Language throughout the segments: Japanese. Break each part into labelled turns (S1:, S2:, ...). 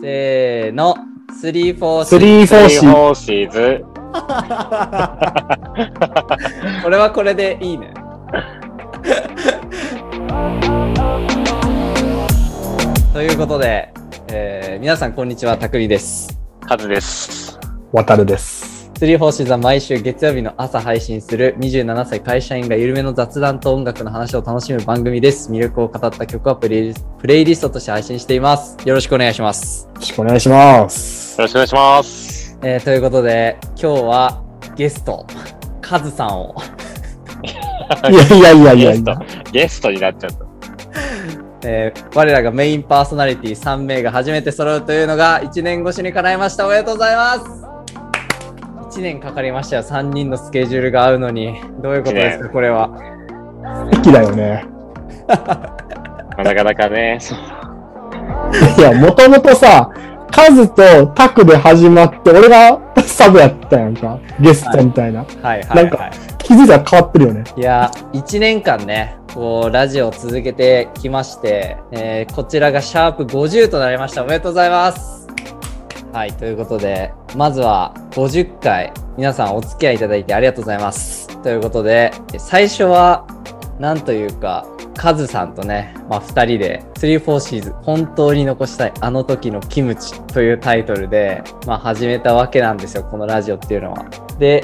S1: せーの、スリーフォーシ
S2: スリーフォーシ
S3: シ
S2: ー。
S3: ーシーズ。
S1: ー。これはこれでいいね。 ということで、えー皆さんこんにちは、たくみです。
S3: はずです。
S2: 渡るです。
S1: スリーフォーシーズは毎週月曜日の朝配信する27歳会社員が緩めの雑談と音楽の話を楽しむ番組です。魅力を語った曲はプレイリスプレイリストとして配信しています。よろしくお願いします。
S2: よろしくお願いします。
S3: よろしくお願いします。
S1: えーということで、今日はゲスト、カズさんを
S2: いやいやいやいや
S3: ゲ
S2: い
S3: スト
S2: や。、
S3: ゲストになっちゃった。
S1: えー我らがメインパーソナリティ3名が初めて揃うというのが1年越しに叶いましたおめでとうございます1年かかりましたよ3人のスケジュールが合うのにどういうことです
S3: 一
S1: かこれは
S2: 好きだよね。
S3: まあなかなかね、そう
S2: いや、もともとさ、カズとタクで始まって、俺が サブやったやんか。ゲストみたいな。
S1: はいはい
S2: なん
S1: は
S2: か
S1: い
S2: 気づいたら変わってるよね。
S1: いや1年間ねこうラジオを続けてきまして、えーこちらがシャープ50となりましたおめでとうございますはいということでまずは50回皆さんお付き合いいただいてありがとうございますということで最初はなんというかカズさんとね、まあ、2人で「34シーズン本当に残したいあの時のキムチ」というタイトルで、まあ、始めたわけなんですよこのラジオっていうのは。で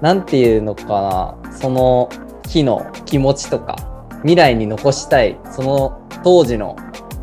S1: なんていうのかなその日の気持ちとか未来に残したいその当時の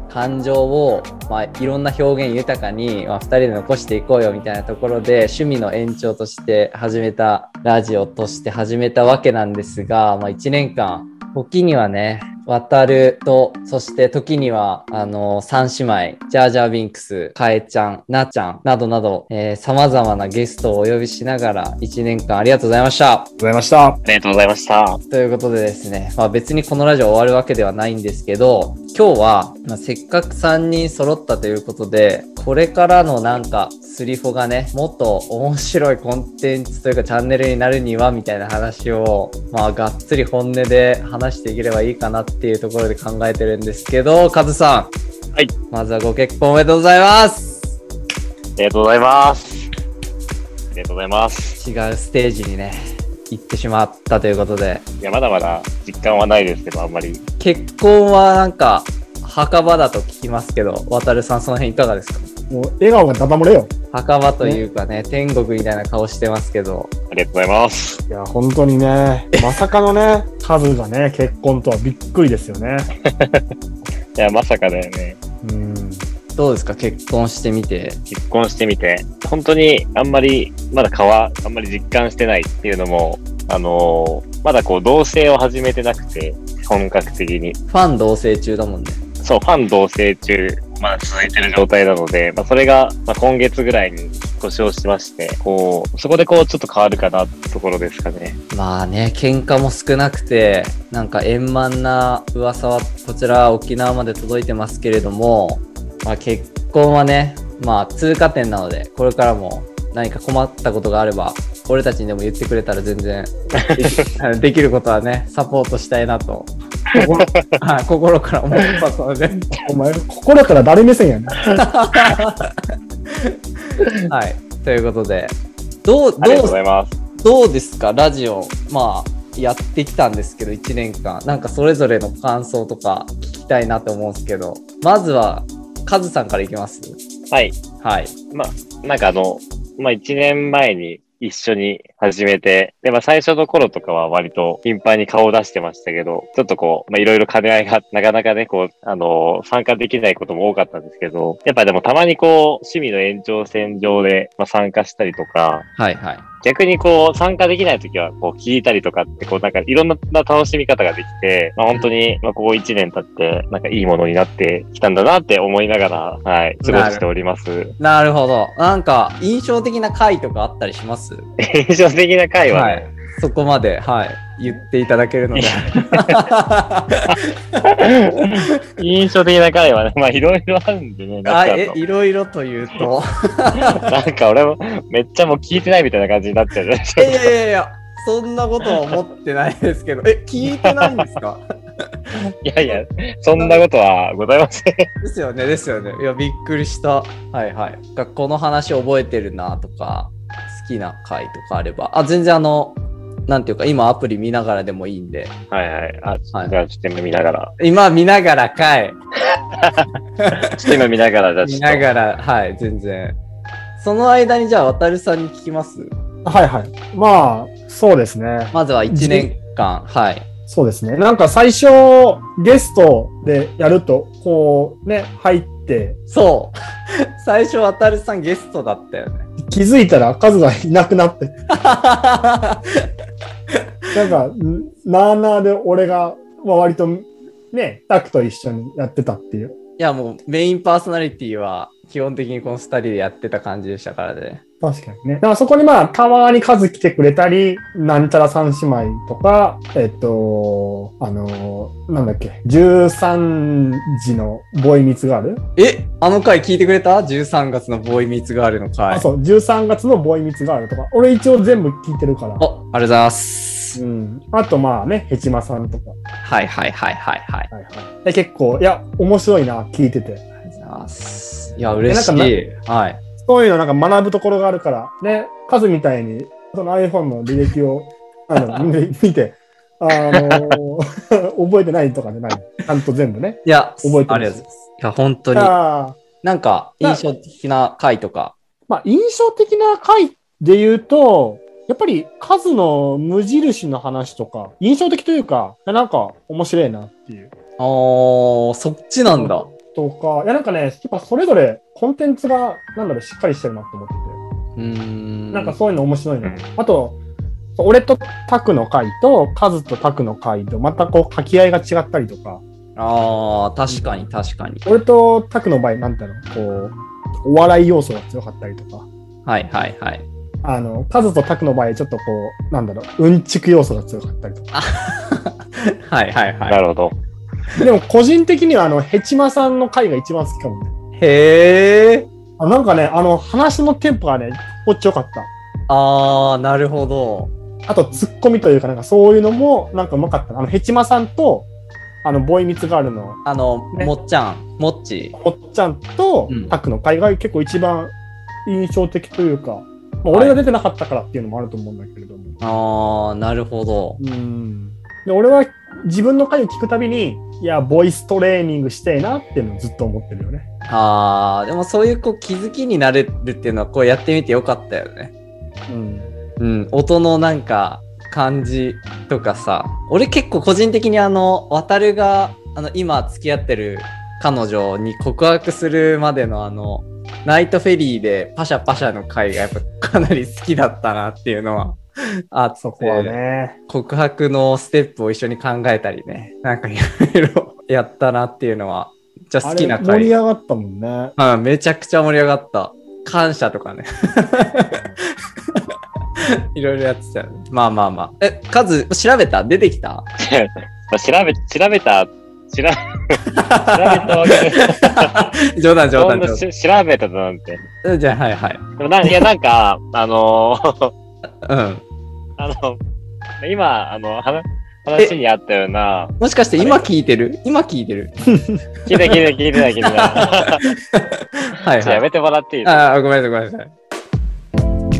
S1: 感情を、まあ、いろんな表現豊かに、まあ、2人で残していこうよみたいなところで趣味の延長として始めたラジオとして始めたわけなんですが、まあ、1年間時にはね渡るとそして時にはあの3姉妹ジャージャービンクスかえちゃんなっちゃんなどなどさまざまなゲストをお呼びしながら1年間ありがとうございました。
S2: ございました。
S3: ありがとうございました。
S1: ということでですね、まあ、別にこのラジオ終わるわけではないんですけど今日は、まあ、せっかく3人揃ったということでこれからのなんかスリフォがねもっと面白いコンテンツというかチャンネルになるにはみたいな話を、まあ、がっつり本音で話していければいいかなっていうところで考えてるんですけどカズさん、
S3: はい、
S1: まずはご結婚おめでとうございます
S3: ありがとうございます。ありがとうございます。
S1: 違うステージにね行ってしまったということで
S3: いや、まだまだ実感はないですけど、あんまり。
S1: 結婚はなんか墓場だと聞きますけど渡るさんその辺いかがですか
S2: もう笑顔がダダ漏れよ。
S1: 墓場というかね天国みたいな顔してますけど
S3: ありがとうございます。
S2: いや、本当にね、まさかのね、カズがね、結婚とはびっくりですよね。
S3: いや、まさかだよね。
S2: うん。
S1: どうですか結婚してみて
S3: 結婚してみて、本当にあんまり、まだ顔は、あんまり実感してないっていうのも、あのーまだこう、同棲を始めてなくて、本格的に。
S1: ファン同棲中だもんね
S3: そう、ファン同棲中、まあ続いてる状態なので、まあそれが、まあ、今月ぐらいに引っ越しをしまして、こう、そこでこう、ちょっと変わるかなってところですかね。
S1: まあね喧嘩も少なくてなんか円満な噂はこちら沖縄まで届いてますけれども、まあ、結婚はねまあ通過点なのでこれからも何か困ったことがあれば俺たちにでも言ってくれたら全然 できできることはねサポートしたいなと
S2: 心
S1: はい、心 から思ったので、
S2: お前、心から誰目線やねん。
S1: はい、ということで、どう、
S3: ありが
S1: ど
S3: とうござ
S1: う、
S3: います。
S1: どうですか、ラジオ、まあ、やってきたんですけど、1年間、なんかそれぞれの感想とか聞きたいなと思うんですけど、まずは、カズさんからいきます
S3: はい。
S1: はい。
S3: まあ、なんかあの、まあ1年前に一緒に始めて、で、まあ最初の頃とかは割と頻繁に顔を出してましたけど、ちょっとこう、まあいろいろ兼ね合いがなかなかね、こう、あのー参加できないことも多かったんですけど、やっぱでもたまにこう、趣味の延長線上で、まあ参加したりとか、
S1: はいはい。
S3: 逆にこう参加できない時はこう聞いたりとかってこうなんかいろんな楽しみ方ができて、まあ、本当にまあここ1年経ってなんかいいものになってきたんだなって思いながら、はい、過ごしております。
S1: なるほど。なんか、印象的な回とかあったりします
S3: 印象的な回は、ね
S1: い。そこまで、はい、言っていただけるので。
S3: 印象的な回はね、まあいろいろあるんでね、な
S1: あ
S3: んかあ
S1: え
S3: の
S1: いろいろというと。
S3: なんか俺もめっちゃもう聞いてないみたいな感じになっちゃ うじゃないです
S1: い
S3: か
S1: やいやいやいや、そんなことは思ってないですけど、え、聞いてないんですか
S3: いやいや、そんなことはございません。
S1: ですよね、ですよね。いや、びっくりした。はいはい。学校の話覚えてるなとか、好きな回とかあれば。あ、全然あの、なんていうか、今アプリ見ながらでもいいんで。
S3: はいはい。あ、
S1: はい
S3: じゃあちょっと今見ながら。
S1: 今見ながらかい。
S3: ちょっと今見ながらじゃ
S1: 見
S3: あち
S1: な
S3: ょ
S1: が
S3: っ
S1: ら、はい、全然。その間にじゃあ、渡るさんに聞きます。
S2: はいはい。まあ、そうですね。
S1: まずは1年間。はい。
S2: そうですね。なんか最初、ゲストでやると、こうね、入って、
S1: そう。 最初、渡るさんゲストだったよね。
S2: 気づいたら数がいなくなって、 なんか、んなーなーで俺が、まあ、割と、ね、タクと一緒にやってたっていう。
S1: いや、もうメインパーソナリティは、基本的にこの2人でやってた感じでしたからね。
S2: 確かにね。だからそこにまあ、たまに数来てくれたり、なんちゃら三姉妹とか、えっと、あのー、なんだっけ、13時のボーイミツガール、
S1: えあの回聞いてくれた ?13 月のボーイミーツガールの回。
S2: あ、そう、13月のボーイミツガールとか、俺一応全部聞いてるか
S1: お、
S2: ら。
S1: ありがとうございます。
S2: うん。あとまあね、ヘチマさんとか。
S1: はいはいはいはいはい。
S2: はいはい。で結構、いや、面白いな、聞いて
S1: あ
S2: て。
S1: りがとうございます。いや、嬉しい。はい。
S2: そういうのなんか学ぶところがあるから、ね、カズみたいに、その iPhone の履歴を、なんだろう、見 見て、あのー 覚えてないとかじゃない。ちゃんと全部ね。
S1: いや、
S2: 覚えてます
S1: ありがとうございます。いや、本当
S2: じ
S1: に。
S2: ゃあ、
S1: なんか、印象的な回とか。
S2: まあ、印象的な回で言うと、やっぱり数の無印の話とか、印象的というか、いやなんか面白いなっていう。
S1: おー、そっちなんだ。
S2: とか、いやなんかね、やっぱそれぞれコンテンツが、なんだろう、しっかりしてるなと思ってて。
S1: うーん。
S2: なんかそういうの面白いな。
S3: うん
S2: あと、そう俺とタクの回と、カズとタクの回と、またこう、書き合いが違ったりとか、
S1: あー、確かに確かに。
S2: 俺とタクの場合、なんていうの、こう、お笑い要素が強かったりとか、
S1: はいはいはい。
S2: あの、カズとタクの場合、ちょっとこう、なんだろう、うんちく要素が強かったりとか。
S1: はいはい
S3: と。
S1: は。
S3: ないるほど。
S2: でも、個人的には、あの、ヘチマさんの回が一番好きかもね。
S1: へー。
S2: あなんかね、あの、話のテンポがね、こっちよかっ
S1: あー、なるほど。
S2: た。あと、ツッコミというか、なんかそういうのも、なんかうまかったな。あの、ヘチマさんと、あの、ボーイミツガールの
S1: あの、
S2: ね
S1: もっちゃん、もっち。
S2: おっちゃんと
S1: うん
S2: タクの会が結構一番印象的というか、まあ、
S1: はい
S2: 俺が出てなかったからっていうのもあると思うんだけれども、
S1: あー、なるほど。
S2: うんで俺は自分の回を聞くたびにいやボイストレーニングしてえなっていうのをずっと思ってるよね
S1: あー、でもそういうこう気づきになれるっていうのは、こうやってみてよかったよね。
S2: うん
S1: うん、音のなんか感じとかさ俺結構個人的にあの渡るがあの今付き合ってる彼女に告白するまでのあのナイトフェリーでパシャパシャの回がやっぱかなり好きだったなっていうのはあって
S2: そこはね、
S1: 告白のステップを一緒に考えたりねなんかいろいろやったなっていうのはじゃあ
S2: あ
S1: 好
S2: れ
S1: きな
S2: 盛り
S1: 回
S2: 上がったもんね
S1: うんめちゃくちゃ盛り上がった感謝とか ねいろいろやってたよね。まあまあまあ。え、カズ、調べた出てき た
S3: まあ調べ、調べた、調べ、調べたわけじゃな
S1: 冗談
S3: い
S1: 冗
S3: そん
S1: 談
S3: な
S1: 冗
S3: し調べただなんて。
S1: 談。じゃあ、はいはい。
S3: でもな、いや、なんか、あのー
S1: うん。
S3: あの、今、あの、話話にあったような、
S1: もしかして今聞いてる今聞いてる
S3: 聞いて聞いて聞いてない聞いてない。
S1: はい
S3: ちょ
S1: は
S3: や
S1: い。
S3: めてもらっていいですか
S1: ああ、ごめんなさい、ごめんなさい。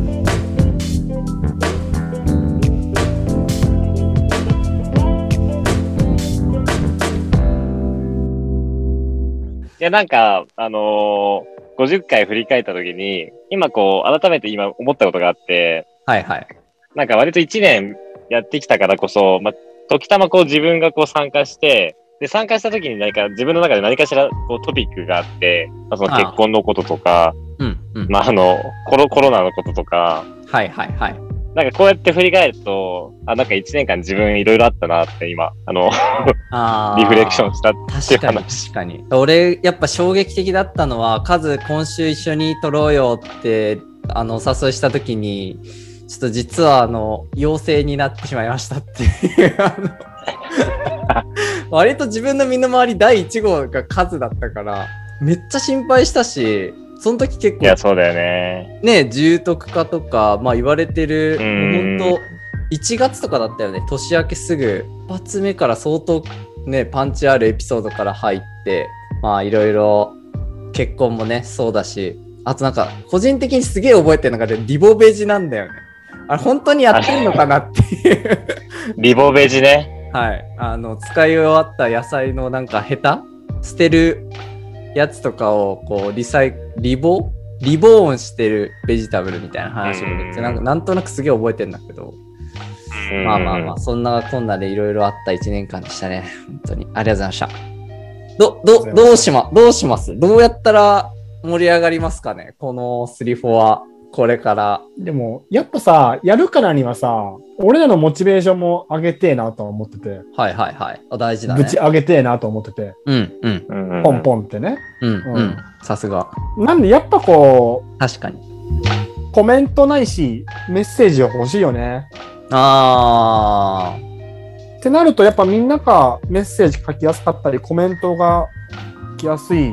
S3: いや、なんか、あのー、50回振り返った時に、今こう、改めて今思ったことがあって、
S1: はいはい。
S3: なんか割と1年やってきたからこそ、まあ、時たまこう自分がこう参加して、で、参加した時に何か自分の中で何かしらこうトピックがあって、まあ、その結婚のこととか、
S1: うん、うん。
S3: まあ、あの、コロコロナのこととか、
S1: はいはいはい。
S3: なんかこうやって振り返ると、あ、なんか1年間自分いろいろあったなって今、あの、
S1: ああ。
S3: リフレクションした。
S1: 確かに確かに俺やっぱ衝撃的だったのはカズ今週一緒に撮ろうよってあのお誘いした時にちょっと実はあの陽性になってしまいましたっていう あの割と自分の身の回り第1号がカズだったからめっちゃ心配したしその時結
S3: いや、
S1: 構
S3: そうだよね。
S1: ね重篤化とか、まあ、言われてる
S3: うん
S1: 本当1月とかだったよね年明けすぐ一発目から相当ね、パンチあるエピソードから入って、まあいろいろ結婚もね、そうだし、あとなんか個人的にすげえ覚えてるのがね、リボベジなんだよね。あれ本当にやってんのかなっていう。
S3: リボベジね。
S1: はい。あの、使い終わった野菜のなんかヘタ捨てるやつとかを、こう、リサイ、リボリボーンしてるベジタブルみたいな話も出て、
S3: うん
S1: なんかなんとなくすげえ覚えてんだけど、
S3: うん
S1: まあまあまあ、そんなこんなでいろいろあった1年間でしたね。本当に。ありがとうございました。ど、ど、どうしま、どうしますどうやったら盛り上がりますかねこの3、4は、これから。
S2: でも、やっぱさ、やるからにはさ、俺らのモチベーションも上げてえなとは思ってて、
S1: はいはいはい。あ大事だね
S2: ぶ。ち上げてえなと思ってて、
S1: うんうん
S3: うんうんうん
S2: ポンポンってね。
S1: うん
S2: う
S1: うんん。さすが。
S2: なんで、やっぱこ
S1: 確かに。
S2: う、コメントないし、メッセージ欲しいよね。
S1: あ
S2: ってなると、やっぱみんながメッセージ書きやすかったり、コメントが来やすい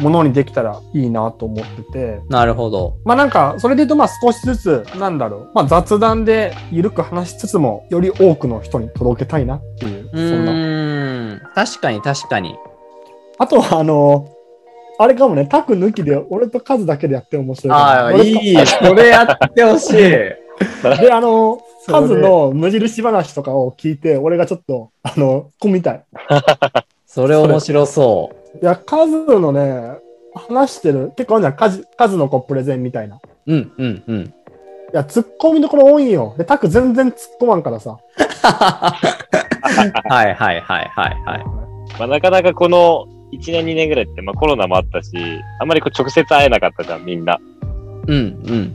S2: ものにできたらいいなと思ってて、
S1: ー、なるほど。
S2: まあなんか、それで言うとまあ少しずつ、なんだろう、まあ雑談で緩く話しつつも、より多くの人に届けたいなっていう、
S1: う
S2: そんな
S1: ーん。確かに確かに。
S2: あとは、あの、あれかもね、タク抜きで、俺とカズだけでやって面白いか
S1: あ
S2: も。
S1: あ、
S2: 俺
S1: い
S2: と
S1: い。 それやってほしい。
S2: で、あの、
S1: それ
S2: カズの無印話とかを聞いて、俺がちょっと、あの、こみたい。
S1: それ面白そ。
S2: いや、カズのね、話してる、結構あるじゃん、カズカズの子プレゼンみたいな。い
S1: う
S2: う
S1: んうんうん。
S2: や、突っ込みどころ多いよ。で、タク全然突っ込まんからさ。
S1: はいはいはいはいはい。
S3: まあ、なかなかこの1年2年ぐらいって、まあ、コロナもあったし、あんまりこう直接会えなかったじゃん、みんな。
S1: うんうん。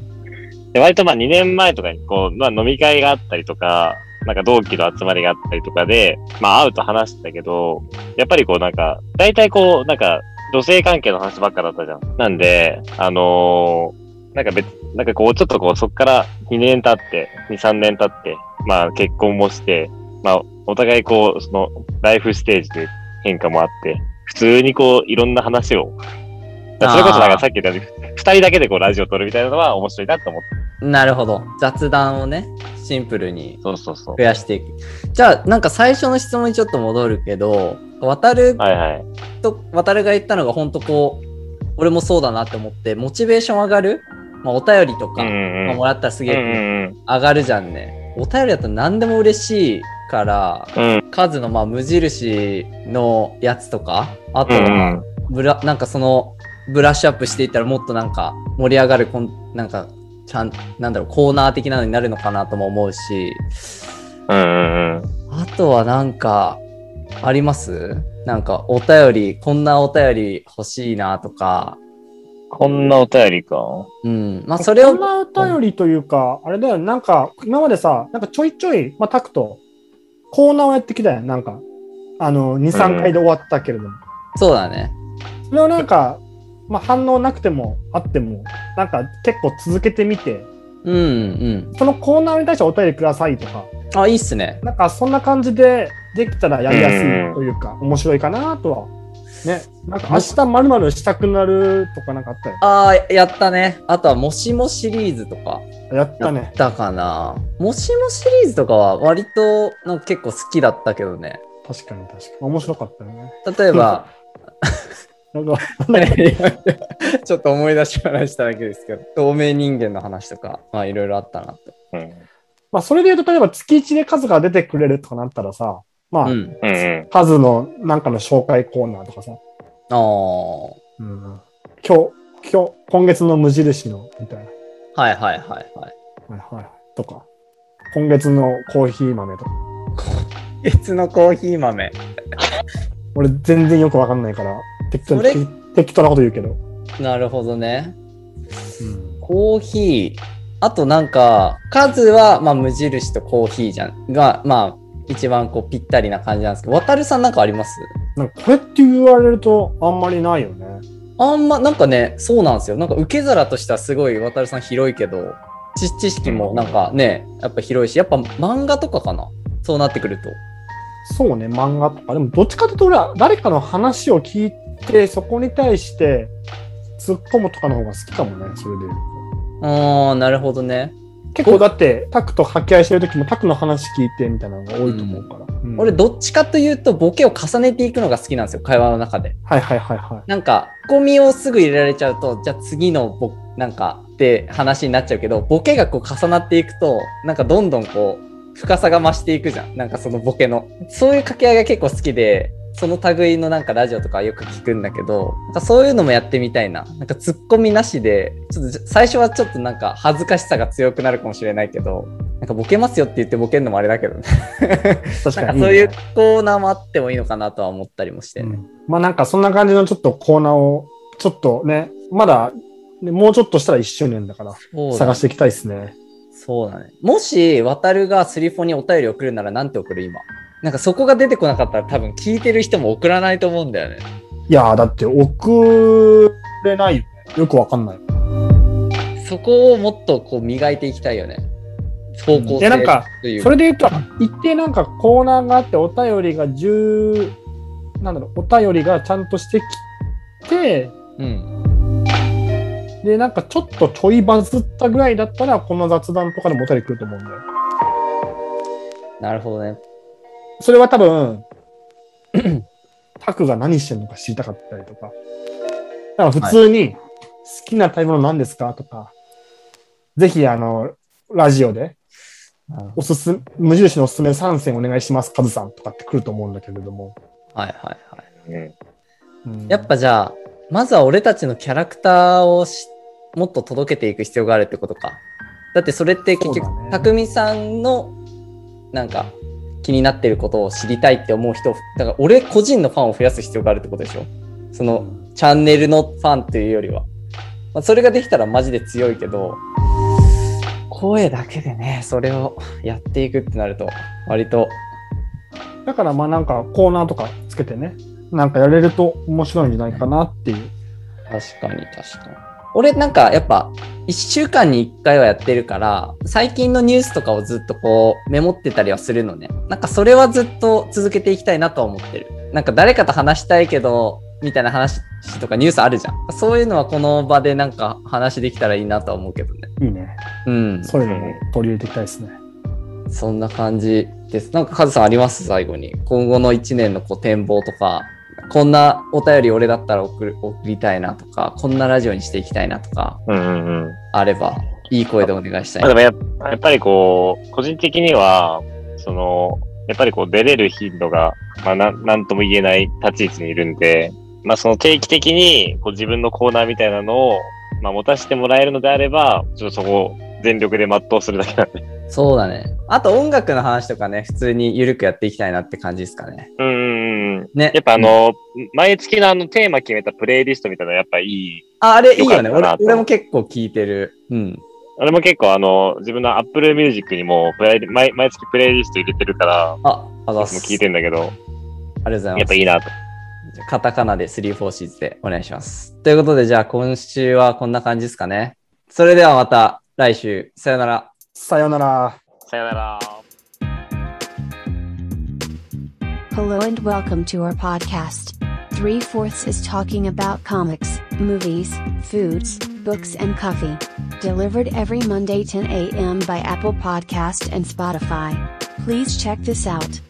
S3: で割とまあ2年前とかにこう、まあ、飲み会があったりとか、なんか同期の集まりがあったりとかで、まあ会うと話してたけど、やっぱりこうなんか、大体こうなんか女性関係の話ばっかだったじゃん。なんで、あのーなんか別、なんかこうちょっとこうそっから2年経って、2、3年経って、まあ結婚もして、まあお互いこう、そのライフステージで変化もあって、普通にこういろんな話を、だからそれこそなんかさっき言ったように、2人だけでこうラジオ撮るみたいなのは面白いなと思って。
S1: なるほど。雑談をね、シンプルに
S3: そうそうそう
S1: 増。やしていく。じゃあ、なんか最初の質問にちょっと戻るけど、渡る
S3: はいはい。
S1: と、渡るが言ったのが本当こう、俺もそうだなって思って、モチベーション上がる、まあ、お便りとか、
S3: ん
S1: まあもらったらす
S3: う
S1: げ
S3: ん
S1: え
S3: うん
S1: 上がるじゃんね。お便りだと何でも嬉しいから、
S3: うん。
S1: 数のまあ無印のやつとか、あと
S3: うんう
S1: は
S3: ん。
S1: ブラ、なんかそのブラッシュアップしていったらもっとなんか盛り上がるこん、なんかちゃん、なんだろう、コーナー的なのになるのかなとも思うし、
S3: うんうん。
S1: あとはなんかありますなんかお便り、こんなお便り欲しいなとか、
S3: こんなお便りか。
S1: うん、まあそれ
S2: こん
S1: を、
S2: なお便りというか、あれだよね、なんか、今までさ、なんかちょいちょい、まあ、タクト、コーナーをやってきたやん、なんか、あの、2、3回で終わったけれども。
S1: そうだね。
S2: それをなんか、まあ、反応なくてもあっても、なんか結構続けてみて、
S1: うんうん。
S2: そのコーナーに対してお便りくださいとか、
S1: あ、いいっすね。
S2: なんかそんな感じでできたらやりやす
S3: うんうん
S2: いというか、面白いかなとは。ね、なんか明日まるまるしたくなるとかなんかあったよ。
S1: ああ、やったね。あとは、もしもシリーズとか。
S2: やった
S1: や
S2: ね
S1: っ。たかな。もしもシリーズとかは割となんか結構好きだったけどね。
S2: 確かに確かに。面白かったよね。
S1: 例えば、
S2: なんか、
S1: ちょっと思い出し話しただけですけど、透明人間の話とか、まあいろいろあったなと。
S3: うん
S2: まあそれで言うと、例えば月1で数が出てくれるとかなったらさ、まあ、
S1: うん。
S3: うんうん。
S2: 数のなんかの紹介コーナーとかさ、
S1: ああ。は
S2: うん、今日、今日、今月の無印のみたいな。
S1: いはいはいはい。
S2: はいはい。とか、今月のコーヒー豆とか。
S1: 別のコーヒー豆。
S2: 俺全然よくわかんないから、適当に
S1: それ
S2: 適適当なこと言うけど。
S1: なるほどね。コーヒー。あとなんか、数は、まあ、無印とコーヒーじゃん。が、まあ、一番こうぴったりな感じなんですけど、渡るさんなんかあります
S2: なんかこれって言われるとあんまりないよね。
S1: あんま、なんかね、そうなんですよ。なんか受け皿としてはすごい渡るさん広いけど、知知識もなんかね、やっぱ広いし、やっぱ漫画とかかな。そうなってくると。
S2: そうね、漫画とか。でもどっちかというと俺は誰かの話を聞いて、そこに対して突っ込むとかの方が好きかもね、それで言う
S1: あー、なるほどね。
S2: 結構だって、タクと掛け合いしてる時もタクの話聞いてみたいなのが多いと思うから。うん
S1: 俺、どっちかというと、ボケを重ねていくのが好きなんですよ、会話の中で。
S2: はいはいはいは
S1: なんか、ゴミをすぐ入れられちゃうと、じゃあ次のボ、なんか、って話になっちゃうけど、ボケがこう重なっていくと、なんかどんどんこう、深さが増していくじゃん。なんかそのボケの。そういう掛け合いが結構好きで、その類のなんかラジオとかよく聞くんだけど、なんかそういうのもやってみたいな。なんかツッコミなしで、ちょっと最初はちょっとなんか恥ずかしさが強くなるかもしれないけど、なんかボケますよって言ってボケるのもあれだけどね。
S2: い。確
S1: なん
S2: か
S1: か
S2: に
S1: そう
S2: ね
S1: いうコーナーもあってもいいのかなとは思ったりもしてね。
S2: うんまあなんかそんな感じのちょっとコーナーを、ちょっとね、まだ、ねもうちょっとしたら1周年だから、
S1: そうだね
S2: 探していきたいですね。
S1: そうだね。もし、渡るがスリフォにお便り送るなら何て送る今。なんかそこが出てこなかったら多分聞いてる人も送らないと思うんだよね。
S2: いやー、だって送れないよね。よくわかんない。
S1: そこをもっとこう磨いていきたいよね。方向
S2: いやなんか
S1: 性という
S2: それで言うと、一定なんかコーナーがあって、お便りが10、なんだろう、お便りがちゃんとしてきて、
S1: うん。
S2: で、なんかちょっとちょいバズったぐらいだったら、この雑談とかでもお便り来ると思うんだよ。
S1: なるほどね。
S2: それは多分、タクが何してるのか知りたかったりとか。だから普通に、好きな食べ物何ですかとか、ぜひあの、ラジオで、おすす無印のおすすめ3選お願いします、カズさんとかって来ると思うんだけれども。
S1: はいはいはい。
S3: うん。
S2: うん
S1: やっぱじゃあ、まずは俺たちのキャラクターをしもっと届けていく必要があるってことか。だってそれって結
S2: そうだ
S1: 局、
S2: ね
S1: たくみさんのなんか気になってることを知りたいって思う人を、だから俺個人のファンを増やす必要があるってことでしょそのチャンネルのファンというよりは。まあ、それができたらマジで強いけど、声だけでね、それをやっていくってなると、割と、
S2: だからまあなんかコーナーとかつけてね、なんかやれると面白いんじゃないかなっていう。
S1: 確かに確かに。俺なんかやっぱ1週間に1回はやってるから最近のニュースとかをずっとこうメモってたりはするのねなんかそれはずっと続けていきたいなとは思ってるなんか誰かと話したいけどみたいな話とかニュースあるじゃんそういうのはこの場でなんか話できたらいいなとは思うけどね
S2: いいね。
S1: うん
S2: そういうのも取り入れていきたいですね。
S1: そんな感じですなんかカズさんあります最後に今後の1年のこう展望とかこんなお便り俺だったら送る送りたいなとかこんなラジオにしていきたいなとか
S3: うんうんうん。
S1: あれば、いい声でお願いした
S3: まあ、
S1: い。
S3: でもやっやっぱりこう、個人的には、その、やっぱりこう出れる頻度が、まあなん、なんとも言えない立ち位置にいるんで、まあその定期的にこう自分のコーナーみたいなのを、まあ持たせてもらえるのであれば、ちょっとそこを全力で全うするだけなんで。
S1: そうだね。あと音楽の話とかね、普通にゆるくやっていきたいなって感じですかね。
S3: うんうんうん。
S1: ね。
S3: やっぱあ、の、毎月のあのテーマ決めたプレイリストみたいなのやっぱいい。
S1: ああれいいよね。俺
S3: よかったなと
S1: 俺も結構聞いてる。うん。
S3: あれも結構あの、自分の Apple Music にもプレイ毎毎月プレイリスト入れてるから、
S1: あ、あざっ
S3: いつ
S1: す
S3: も聞いてんだけど、
S1: ありがとうございます。
S3: やっぱいいなと。
S1: じゃあカタカナで34シーズでお願いします。ということで、じゃあ今週はこんな感じですかね。それではまた来週。さよなら。
S2: さようなら。
S3: さよなら。
S4: Hello and welcome to our podcast. Three Fourths is talking about comics, movies, foods, books, and coffee. Delivered every Monday 10 a.m. by Apple Podcast and Spotify. Please check this out.